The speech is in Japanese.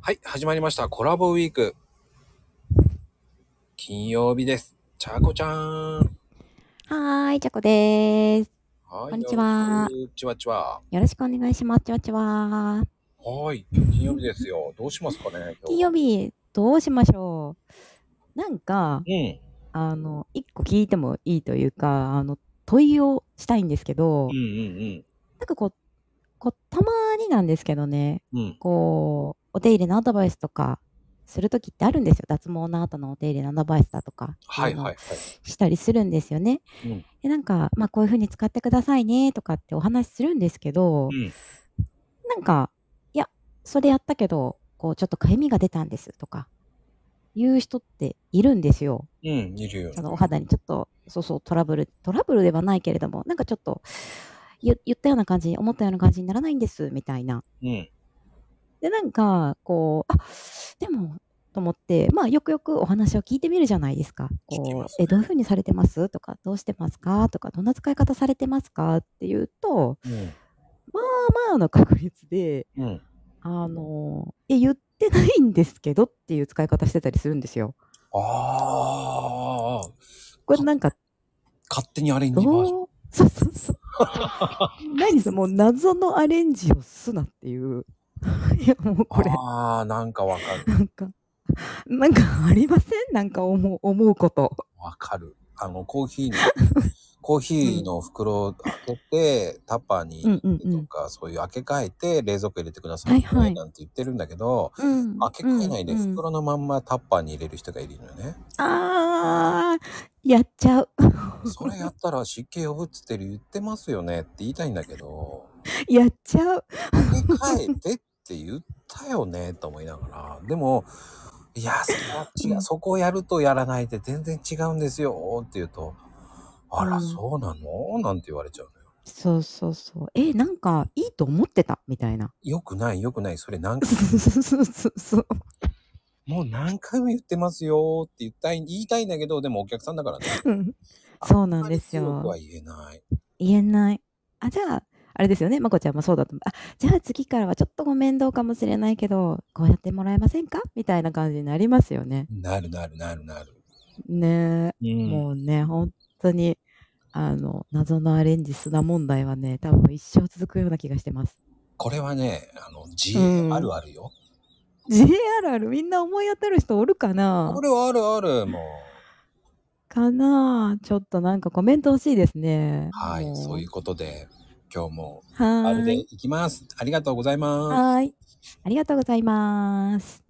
はい、始まりました。コラボウィーク。金曜日です。ちゃこちゃーん。はーい、ちゃこでーす。はい。こんにちはこんにちは。ちは。よろしくお願いします。ちわちわ。はい。金曜日ですよ。どうしますかね、今金曜日、どうしましょう。なんか、日。あの、一個聞いてもいいというか、あの、問いをしたいんですけどうん。う、んなんかこう、こうたまになんですけどね、うんうん。うん。こう、お手入れのアドバイスとか、するときってあるんですよ。脱毛の後のお手入れのアドバイスだとか、はいはいあのはい。したりするんですよね。うんで、なんか、まあ、こういうふうに使ってくださいね、とかってお話しするんですけど、うん。なんか、いや、それやったけど、こう、ちょっとかゆみが出たんですとか、いう人っているんですよ。うん、いるよねそ。のお肌にちょっと、そうそう、トラブル、トラブルではないけれども、なんかちょっと、ゆ言ったような感じ、思ったような感じにならないんです、みたいな。うん。で、なんか、こう、あ、でも、と思って、まあ、よくよくお話を聞いてみるじゃないですか。こ聞きう、ますねえ、どういうふうにされてますとか、どうしてますかとか、どんな使い方されてますかっていうと、うん。まあの確率で、うん。あのーえ、言ってないんですけどっていう使い方してたりするんですよ。ああ。これなんか、勝手にアレンどジバージョン。う、そうそうそう。何それもう謎のアレンジをすなっていう。 いや、もうこれ、ああ、なんかわかる。なんか、なんかありませんなんか思う、思うこと。わかる。あの、コー ヒーの、コーヒーの袋を開けて、タッパーにう入んうれんうてとん。か、そういう開け替えて、冷蔵庫入れてください、ねはいはいなんて言ってるんだけど、うん、開け替えないでうんうん袋のまんまタッパーに入れる人がいるのよね。あー、やっちゃう。 それやったら湿気呼ぶっつってる言ってますよねって言いたいんだけど、やっちゃう。開け替えてって言ったよねと思いながら、でも、いや、それは違うう、んそこをやるとやらないで全然違うんですよって言うと、あら、うんそうなのなんて言われちゃうのよ。そうそうそう。え、なんかいいと思ってたみたいな。 よくない、よくない、それ何回、そうそうそう そう。もう何回も言ってますよって言ったい、言いたいんだけど、でもお客さんだからね。うんそうなんですあんまり強よく。は言えない。言えない。あ、じゃあ、あれですよね。まこちゃんもそうだと思う。あ、じゃあ次からはちょっとご面倒かもしれないけど、こうやってもらえませんかみたいな感じになりますよね。なるなるなるなる。ねうえ、ん。もうね、本当に、あの、謎のアレンジ砂問題はね、多分一生続くような気がしてます。これはね、あの、自う衛んあるあるよ。 JRR みんな思い当たる人おるかなこれはあるある、もう。かなちょっとなんかコメント欲しいですね。はい、もそういうことで、今日も、はあれーでい。いきます。ありがとうございます。はーい。ありがとうございます。